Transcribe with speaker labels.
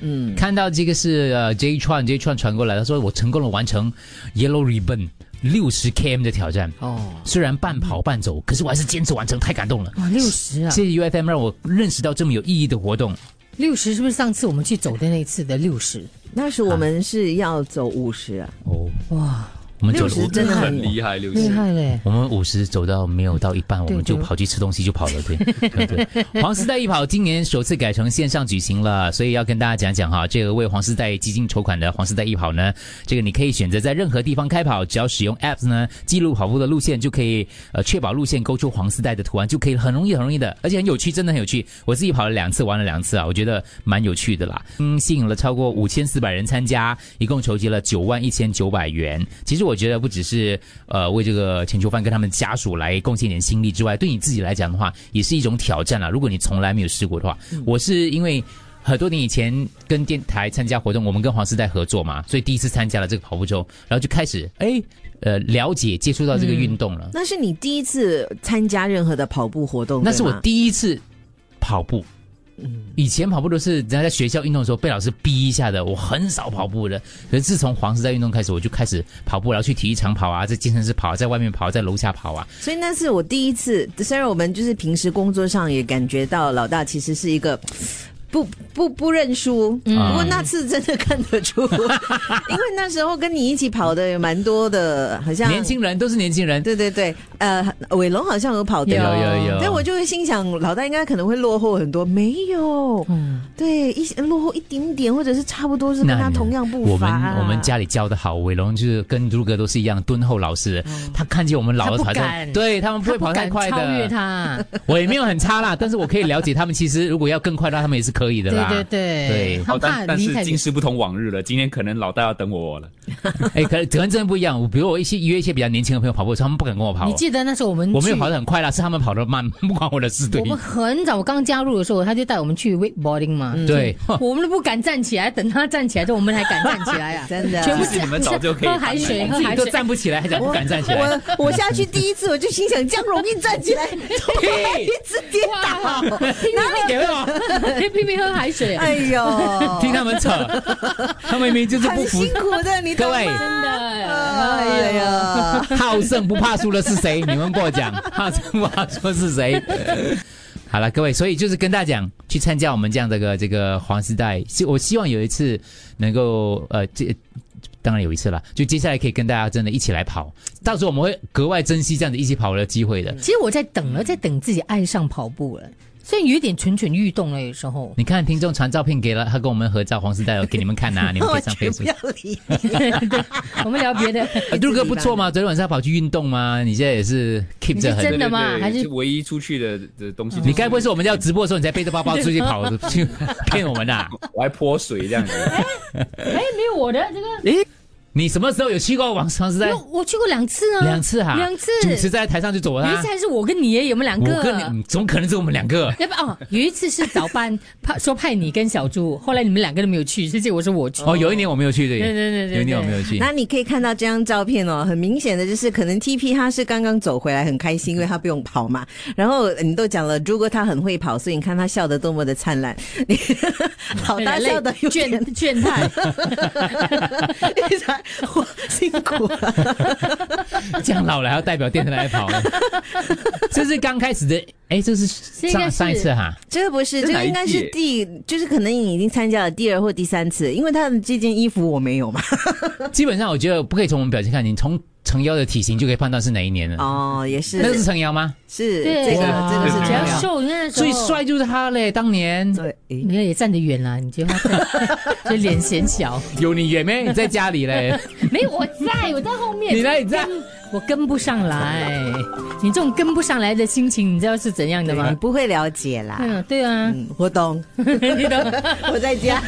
Speaker 1: 嗯，看到这个是呃 J 串 J 串传过来，他说我成功的完成 Yellow Ribbon 六十 km 的挑战。
Speaker 2: 哦，
Speaker 1: 虽然半跑半走，可是我还是坚持完成，太感动了。
Speaker 2: 哇，六十啊，
Speaker 1: 谢谢 UFM 让我认识到这么有意义的活动。
Speaker 2: 六十是不是上次我们去走的那一次的六十？
Speaker 3: 那时
Speaker 1: 啊
Speaker 3: 我们是要走五十啊，
Speaker 1: 哦，
Speaker 2: 哇，
Speaker 1: 我们走了
Speaker 3: 60
Speaker 1: 五，
Speaker 3: 真的
Speaker 4: 很厉害，六
Speaker 2: 厉
Speaker 4: 十。
Speaker 2: 害嗯嘞！
Speaker 1: 我们五十走到没有到一半，我
Speaker 2: 对
Speaker 1: 们就
Speaker 2: 就
Speaker 1: 跑去吃东西就跑了， 对对对。黄丝带一跑今年首次改成线上举行了，所以要跟大家讲讲哈，这个为黄丝带基金筹款的黄丝带一跑呢，这个你可以选择在任何地方开跑，只要使用 Apps 呢记录跑步的路线，就可以呃确保路线勾出黄丝带的图案，就可以很容易很容易的，而且很有趣，真的很有趣。我自己跑了两次，玩了两次啊，我觉得蛮有趣的啦。嗯，吸引了超过五千四百人参加，一共筹集了九万一千九百元。其实我觉得不只是呃为这个钱囚犯跟他们家属来贡献一点心力之外，对你自己来讲的话，也是一种挑战啦。如果你从来没有试过的话，我是因为。很多年以前跟电台参加活动，我们跟黄丝带合作嘛，所以第一次参加了这个跑步周，然后就开始哎，呃，了解接触到这个运动了。
Speaker 3: 那是你第一次参加任何的跑步活动，
Speaker 1: 那是我
Speaker 3: 对吗
Speaker 1: 第一次跑步。
Speaker 2: 嗯
Speaker 1: 以前跑步都是人家在学校运动的时候被老师逼一下的，我很少跑步的。可是自从黄时代运动开始，我就开始跑步，然后去体育场跑啊，在健身室跑啊，在外面跑啊，在楼下跑啊。
Speaker 3: 所以那是我第一次，虽然我们就是平时工作上也感觉到老大其实是一个。 不不不认输，不过那次真的看 得出，因为那时候跟你一起跑的也蛮多的，好像
Speaker 1: 年轻人都是年轻人，
Speaker 3: 对对对，呃，伟龙好像有跑对
Speaker 1: 有
Speaker 3: 吧？
Speaker 1: 有有。
Speaker 3: 但我就会心想，老大应该可能会落后很多，没有，
Speaker 2: 嗯，
Speaker 3: 对，一落后一点点，或者是差不多是跟
Speaker 1: 那
Speaker 3: 他
Speaker 1: 你
Speaker 3: 同样步
Speaker 1: 我
Speaker 3: 伐、
Speaker 1: 们
Speaker 3: 啊
Speaker 1: 我们家里教的好，伟龙就是跟朱哥都是一样敦厚老实的。他看见我们老了
Speaker 2: 哦他不
Speaker 1: 跑得，
Speaker 2: 敢
Speaker 1: 对他们不
Speaker 2: 他
Speaker 1: 会跑太
Speaker 2: 敢
Speaker 1: 快
Speaker 2: 超越
Speaker 1: 的。
Speaker 2: 他，啊
Speaker 1: 我也没有很差啦，但是我可以了解他们，其实如果要更快的话，他们也是可以的
Speaker 2: 对
Speaker 1: 啦。
Speaker 2: 对对，
Speaker 1: 对
Speaker 2: 他
Speaker 4: 好，
Speaker 2: 怕
Speaker 4: 哦但但
Speaker 2: 离
Speaker 4: 是
Speaker 2: 开你
Speaker 4: 今。时不同往日了，今天可能老大要等我了。
Speaker 1: 哎、可可能真的不一样。我比如我一些约一些比较年轻的朋友跑步的时候，他们不敢跟我跑
Speaker 2: 你，记得那时候我们
Speaker 1: 我没有
Speaker 2: 嗯去
Speaker 1: 跑得很快啦，是他们跑得慢， 不关我的事。对
Speaker 2: 我们很早，我刚加入的时候，他就带我们去 wakeboarding 嘛，
Speaker 1: 对，
Speaker 2: 我们都不敢站起来，等他站起来之后，我们才敢站起来啊！
Speaker 3: 真的
Speaker 2: 全部
Speaker 4: 其实你们早就 可以
Speaker 2: 喝海水，喝
Speaker 1: 自己
Speaker 2: 海
Speaker 1: 都
Speaker 2: 水。
Speaker 1: 站不起来，还敢不敢站起来？
Speaker 3: 我我下去第一次，我就心想这样容易站起来， 一直跌
Speaker 2: 哇
Speaker 3: 倒，
Speaker 1: 那你给我
Speaker 2: 可以拼命喝海水，啊
Speaker 3: 哎呦，
Speaker 1: 听他们扯，他们明明就是 不
Speaker 3: 很
Speaker 1: 服
Speaker 3: 辛。苦的，你懂
Speaker 1: 各
Speaker 3: 吗
Speaker 1: 位，
Speaker 2: 真的。
Speaker 3: 哎呀，
Speaker 1: 好胜不怕输的是谁？你们跟我讲，好胜不怕输的是谁？好了，各位，所以就是跟大家讲，去参加我们这样的个这个黄丝带，希我希望有一次能够呃，这当然有一次了，就接下来可以跟大家真的一起来跑，到时候我们会格外珍惜这样子一起跑的机会的。
Speaker 2: 其实我在等了，在等自己爱上跑步了，所以有点蠢蠢欲动了。有时候，
Speaker 1: 你看，听众传照片给了他跟我们合照，黄丝带有给你们看 呐、你们可
Speaker 3: 我
Speaker 1: 以上
Speaker 3: 绝不
Speaker 1: Facebook。
Speaker 3: 要理
Speaker 2: 我们聊别的，
Speaker 1: 啊杜哥不错嘛，昨天晚上跑去运动嘛，你现在也是 keep 着
Speaker 2: 你是
Speaker 1: 很
Speaker 2: 真。的吗
Speaker 4: 对对对
Speaker 2: 还是嗯
Speaker 4: 就唯一出去的的东西？
Speaker 1: 你该不会是我们要直播的时候，你才背着包包出去跑去 骗我们啊呐、
Speaker 4: 我还泼水这样 子？
Speaker 2: 哎，没有我的这个，
Speaker 1: 你什么时候有去过王长时代
Speaker 2: 我？我去过两次啊，
Speaker 1: 两次哈，
Speaker 2: 两次。
Speaker 1: 主持在台上就走了
Speaker 2: 有一
Speaker 1: 啊
Speaker 2: 次。还是我跟你耶，有没有两
Speaker 1: 我
Speaker 2: 个？
Speaker 1: 跟你嗯怎么可能只有我们两个？
Speaker 2: 要不哦，有一次是早 班派说派你跟小猪，后来你们两个都没有去，是结果是我去。
Speaker 1: 哦，有一年我没有去的，
Speaker 2: 对对对对对
Speaker 1: 有一年我没有去。
Speaker 3: 那你可以看到这张照片哦，很明显的就是，可能 T P 他是刚刚走回来，很开心，因为他不用跑嘛。然后呃你都讲了，如果他很会跑，所以你看他笑得多么的灿烂， 你好大笑的有
Speaker 2: 倦
Speaker 3: 点
Speaker 2: 倦态，
Speaker 3: 我辛苦了。
Speaker 1: 这样老了还要代表电台来 跑，这是刚开始的，哎，这是
Speaker 2: 这应
Speaker 1: 上
Speaker 2: 该是
Speaker 1: 上一次哈，
Speaker 3: 这个不是，
Speaker 4: 这
Speaker 3: 这
Speaker 4: 哪
Speaker 3: 个
Speaker 4: 一
Speaker 3: 应该是
Speaker 4: 届
Speaker 3: 第，就是可能你已经参加了第二或第三次，因为他的这件衣服我没有嘛。
Speaker 1: 基本上我觉得不可以从我们表情看，你从程瑶的体型就可以判断是哪一年了。
Speaker 3: 哦，也是
Speaker 1: 那，个是程瑶吗？
Speaker 3: 是
Speaker 2: 对，
Speaker 3: 这个
Speaker 1: 哇
Speaker 3: 这个是
Speaker 2: 比
Speaker 3: 重
Speaker 2: 较
Speaker 3: 要。
Speaker 2: 瘦，那时候
Speaker 1: 最帅就是他嘞，当年
Speaker 3: 对，诶
Speaker 2: 你看也站得远啦，你就 就脸显小。
Speaker 1: 有你远没？你在家里嘞，
Speaker 2: 没有，我在我在后面，
Speaker 1: 你哪里在？
Speaker 2: 我跟不上来。你这种跟不上来的心情，你知道是怎样的
Speaker 3: 你
Speaker 2: 吗？
Speaker 3: 不会了解啦。
Speaker 2: 嗯，对啊，
Speaker 3: 嗯，我懂，
Speaker 2: 你懂。
Speaker 3: 我在家。